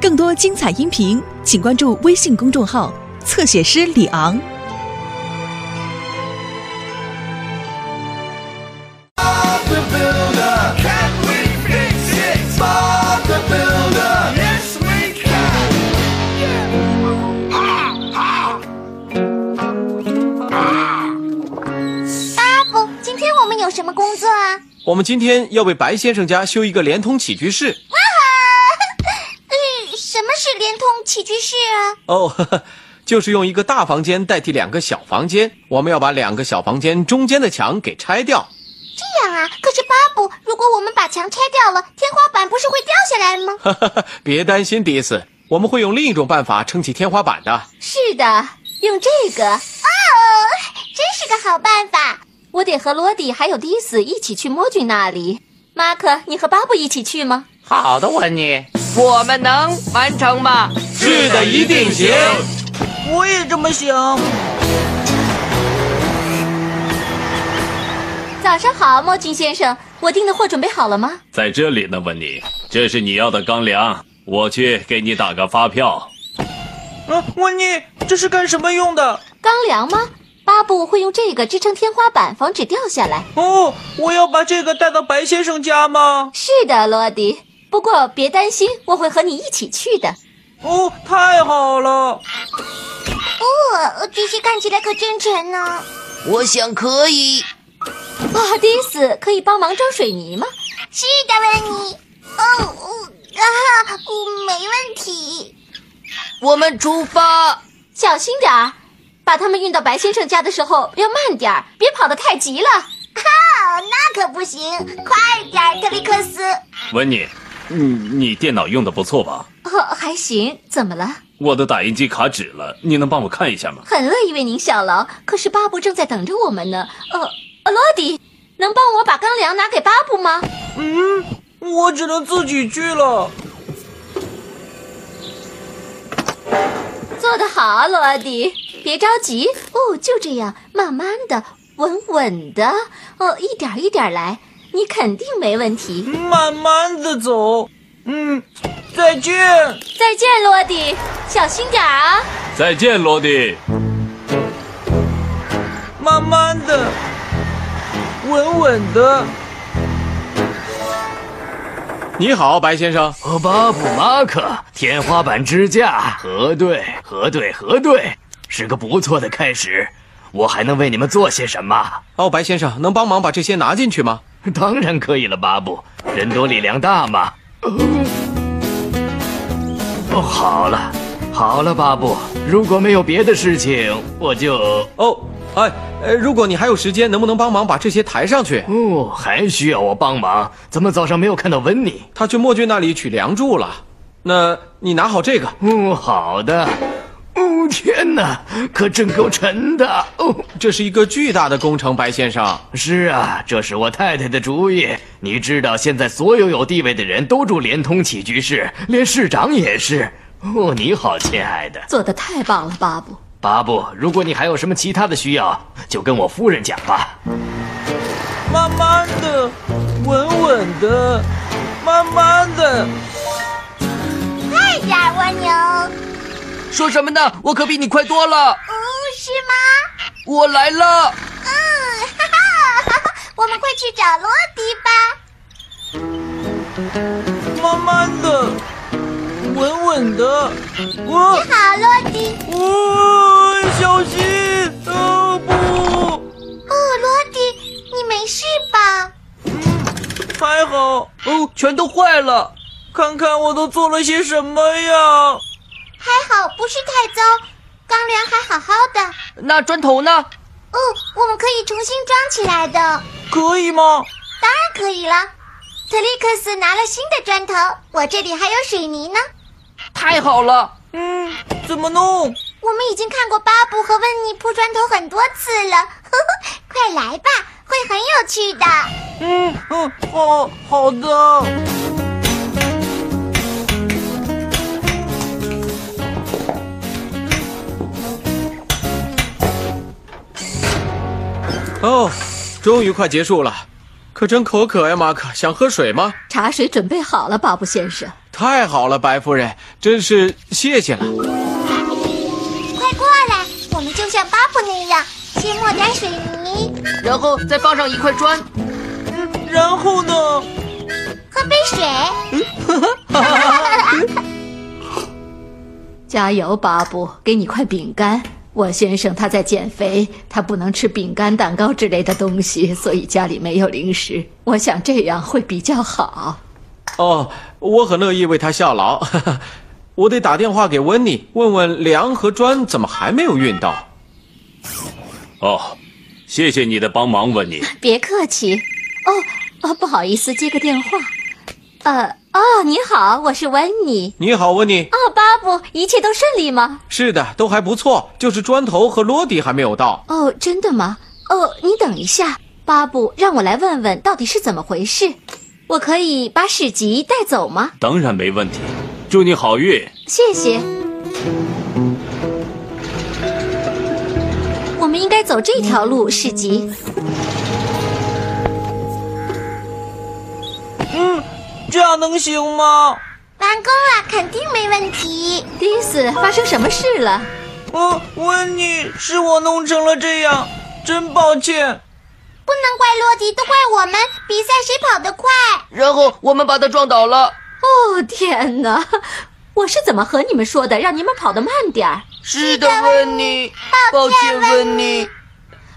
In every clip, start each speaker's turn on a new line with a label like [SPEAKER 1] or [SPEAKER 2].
[SPEAKER 1] 更多精彩音频，请关注微信公众号“侧写师李昂”。
[SPEAKER 2] Bob the Builder. Can we fix it? Bob the Builder. Yes, we can. Ha! Ha!
[SPEAKER 3] 巴布，今天我们有什么工作啊？
[SPEAKER 4] 我们今天要为白先生家修一个连通起居室。
[SPEAKER 3] 嗯，什么是联通起居室啊？
[SPEAKER 4] 哦， 呵呵，就是用一个大房间代替两个小房间，我们要把两个小房间中间的墙给拆掉。
[SPEAKER 3] 这样啊，可是巴布，如果我们把墙拆掉了，天花板不是会掉下来吗？
[SPEAKER 4] 哈哈哈，别担心，迪斯，我们会用另一种办法撑起天花板的。
[SPEAKER 3] 是的，用这个。哦，真是个好办法。我得和罗迪还有迪斯一起去摸君那里。马克，你和巴布一起去吗？
[SPEAKER 5] 好的，文尼，我们能完成吗？
[SPEAKER 4] 是的，一定行。
[SPEAKER 6] 我也这么想。
[SPEAKER 3] 早上好，摸君先生，我订的货准备好了吗？
[SPEAKER 7] 在这里呢，温妮，这是你要的钢梁，我去给你打个发票。
[SPEAKER 6] 嗯，温妮，这是干什么用的？
[SPEAKER 3] 钢梁吗？巴布会用这个支撑天花板，防止掉下来。
[SPEAKER 6] 哦，我要把这个带到白先生家吗？
[SPEAKER 3] 是的，罗迪。不过别担心，我会和你一起去的。
[SPEAKER 6] 哦，太好了！
[SPEAKER 3] 哦，这些看起来可真沉呢、啊。
[SPEAKER 8] 我想可以。
[SPEAKER 3] 哇，迪斯，可以帮忙装水泥吗？
[SPEAKER 9] 是的，温妮。哦，哦啊，我没问题。
[SPEAKER 8] 我们出发。
[SPEAKER 3] 小心点儿，把它们运到白先生家的时候要慢点儿，别跑得太急了。
[SPEAKER 9] 哈、那可不行，快点儿，特里克斯。
[SPEAKER 7] 温妮，你你电脑用的不错吧？
[SPEAKER 3] 哦，还行。怎么了？
[SPEAKER 7] 我的打印机卡纸了，你能帮我看一下吗？
[SPEAKER 3] 很乐意为您效劳，可是巴布正在等着我们呢。呃，呃罗迪，能帮我把钢梁拿给巴布吗？
[SPEAKER 6] 嗯，我只能自己去了。
[SPEAKER 3] 做得好，罗迪，别着急哦，就这样，慢慢的，稳稳的，哦，一点儿一点儿来，你肯定没问题。
[SPEAKER 6] 慢慢的走。嗯，再见。
[SPEAKER 3] 再见，罗迪，小心点儿啊！
[SPEAKER 7] 再见，罗迪。
[SPEAKER 6] 慢慢的，稳稳的。
[SPEAKER 4] 你好，白先生。
[SPEAKER 10] 哦，巴布马克，天花板支架，核对，核对，核对，是个不错的开始。我还能为你们做些什么？
[SPEAKER 4] 哦，白先生，能帮忙把这些拿进去吗？
[SPEAKER 10] 当然可以了，巴布，人多力量大嘛。哦，好了，好了，巴布，如果没有别的事情，我就……
[SPEAKER 4] 哦，哎，呃，如果你还有时间，能不能帮忙把这些抬上去？
[SPEAKER 10] 哦，还需要我帮忙？怎么早上没有看到温妮？
[SPEAKER 4] 他去墨俊那里取梁柱了。那你拿好这个。
[SPEAKER 10] 哦，好的。哦，天哪，可真够沉的。哦，
[SPEAKER 4] 这是一个巨大的工程，白先生。
[SPEAKER 10] 是啊，这是我太太的主意。你知道，现在所有有地位的人都住联通起居室，连市长也是。哦，你好，亲爱的
[SPEAKER 3] 做得太棒了，巴布。
[SPEAKER 10] 巴布，如果你还有什么其他的需要，就跟我夫人讲吧。
[SPEAKER 6] 慢慢的，稳稳的，慢慢的。
[SPEAKER 9] 快点儿，蜗牛。哦，
[SPEAKER 5] 说什么呢？我可比你快多了。
[SPEAKER 9] 是吗？
[SPEAKER 5] 我来了。
[SPEAKER 9] 嗯，哈哈，我们快去找罗迪吧。
[SPEAKER 6] 慢慢的，稳稳的。我、哦，
[SPEAKER 9] 好，罗迪。
[SPEAKER 6] 哦，小心！哦不，
[SPEAKER 9] 哦，罗迪，你没事吧？
[SPEAKER 6] 还好。
[SPEAKER 5] 哦，全都坏了。
[SPEAKER 6] 看看我都做了些什么呀？
[SPEAKER 9] 还好，不是太糟，钢梁还好好的。
[SPEAKER 5] 那砖头呢？
[SPEAKER 9] 哦，我们可以重新装起来的。
[SPEAKER 6] 可以吗？
[SPEAKER 9] 当然可以了。特利克斯拿了新的砖头，我这里还有水泥呢。
[SPEAKER 5] 太好了。
[SPEAKER 6] 嗯，怎么弄？
[SPEAKER 9] 我们已经看过巴布和温妮铺砖头很多次了， 呵呵，快来吧，会很有趣的。
[SPEAKER 6] 嗯嗯，好好的。
[SPEAKER 4] 哦，终于快结束了，可真口渴呀，马克。想喝水吗？
[SPEAKER 3] 茶水准备好了，巴布先生。
[SPEAKER 4] 太好了，白夫人，真是谢谢了。
[SPEAKER 9] 快过来，我们就像巴布那样，先抹点水泥，
[SPEAKER 5] 然后再放上一块砖。
[SPEAKER 6] 然后呢？
[SPEAKER 9] 喝杯水。
[SPEAKER 3] 加油，巴布，给你块饼干。我先生他在减肥，他不能吃饼干、蛋糕之类的东西，所以家里没有零食。我想这样会比较好。
[SPEAKER 4] 哦，我很乐意为他效劳。 我得打电话给温妮，问问梁和砖怎么还没有运到。
[SPEAKER 7] 哦，谢谢你的帮忙，温妮。
[SPEAKER 3] 别客气。哦，哦，不好意思，接个电话。呃，哦，你好，我是温妮。
[SPEAKER 4] 你好，温妮。
[SPEAKER 3] 哦，巴布，一切都顺利吗？
[SPEAKER 4] 是的，都还不错，就是砖头和罗迪还没有到。
[SPEAKER 3] 哦，真的吗？哦，你等一下，巴布，让我来问问到底是怎么回事。我可以把史吉带走吗？
[SPEAKER 7] 当然没问题，祝你好运。
[SPEAKER 3] 谢谢。我们应该走这条路，史吉。
[SPEAKER 6] 这样能行吗？
[SPEAKER 9] 完工了，肯定没问题。
[SPEAKER 3] 迪斯，发生什么事了？
[SPEAKER 6] 嗯，温妮，是我弄成了这样，真抱歉。
[SPEAKER 9] 不能怪洛迪，都怪我们，比赛谁跑得快。
[SPEAKER 8] 然后我们把他撞倒了。
[SPEAKER 3] 哦天哪！我是怎么和你们说的，让你们跑得慢点儿？
[SPEAKER 8] 是的，温妮，抱歉，温妮。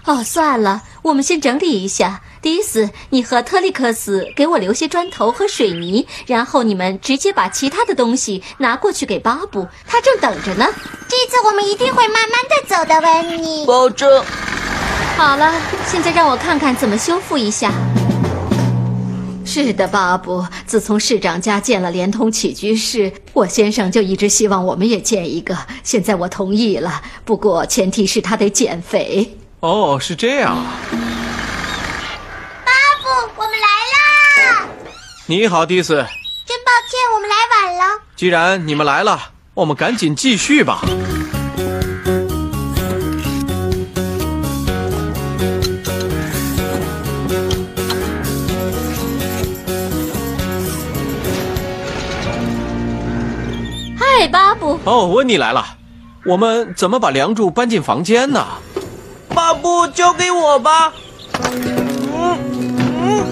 [SPEAKER 3] 哦，算了，我们先整理一下。迪斯，你和特利克斯给我留些砖头和水泥，然后你们直接把其他的东西拿过去给巴布，他正等着呢。
[SPEAKER 9] 这次我们一定会慢慢的走的，温妮。
[SPEAKER 8] 保证。
[SPEAKER 3] 好了，现在让我看看怎么修复一下。是的，巴布。自从市长家建了联通起居室，我先生就一直希望我们也建一个。现在我同意了，不过前提是他得减肥。
[SPEAKER 4] 哦，是这样啊。
[SPEAKER 9] 巴布，我们来啦！
[SPEAKER 4] 你好，迪斯。
[SPEAKER 9] 真抱歉，我们来晚了。
[SPEAKER 4] 既然你们来了，我们赶紧继续吧。
[SPEAKER 3] 嗨，哎巴布，
[SPEAKER 4] 哦，温妮来了，我们怎么把梁柱搬进房间呢？
[SPEAKER 6] 巴布，交给我吧。嗯嗯，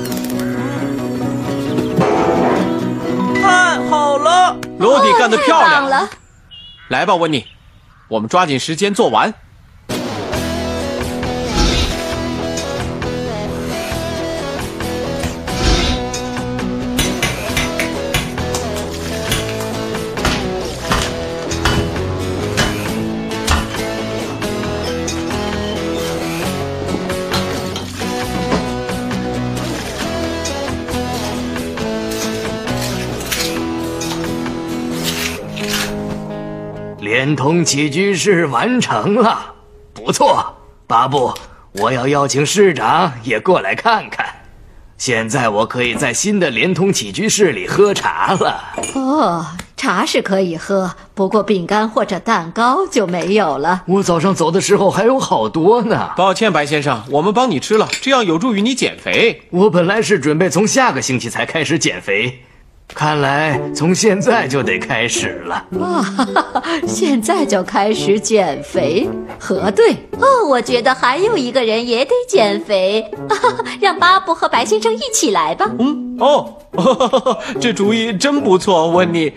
[SPEAKER 6] 太好了，
[SPEAKER 4] 罗迪干得漂
[SPEAKER 3] 哦太棒
[SPEAKER 4] 亮！
[SPEAKER 3] 了！
[SPEAKER 4] 来吧，温妮，我们抓紧时间做完。
[SPEAKER 10] 联通起居室完成了，不错。巴布，我要邀请市长也过来看看。现在我可以在新的联通起居室里喝茶了。
[SPEAKER 3] 哦，茶是可以喝，不过饼干或者蛋糕就没有了。
[SPEAKER 10] 我早上走的时候还有好多呢。
[SPEAKER 4] 抱歉，白先生，我们帮你吃了，这样有助于你减肥。
[SPEAKER 10] 我本来是准备从下个星期才开始减肥，看来从现在就得开始了。
[SPEAKER 3] 哇， 现在就开始减肥，核对哦。我觉得还有一个人也得减肥， 让巴布和白先生一起来吧。
[SPEAKER 4] 嗯，哦，这主意真不错，温妮。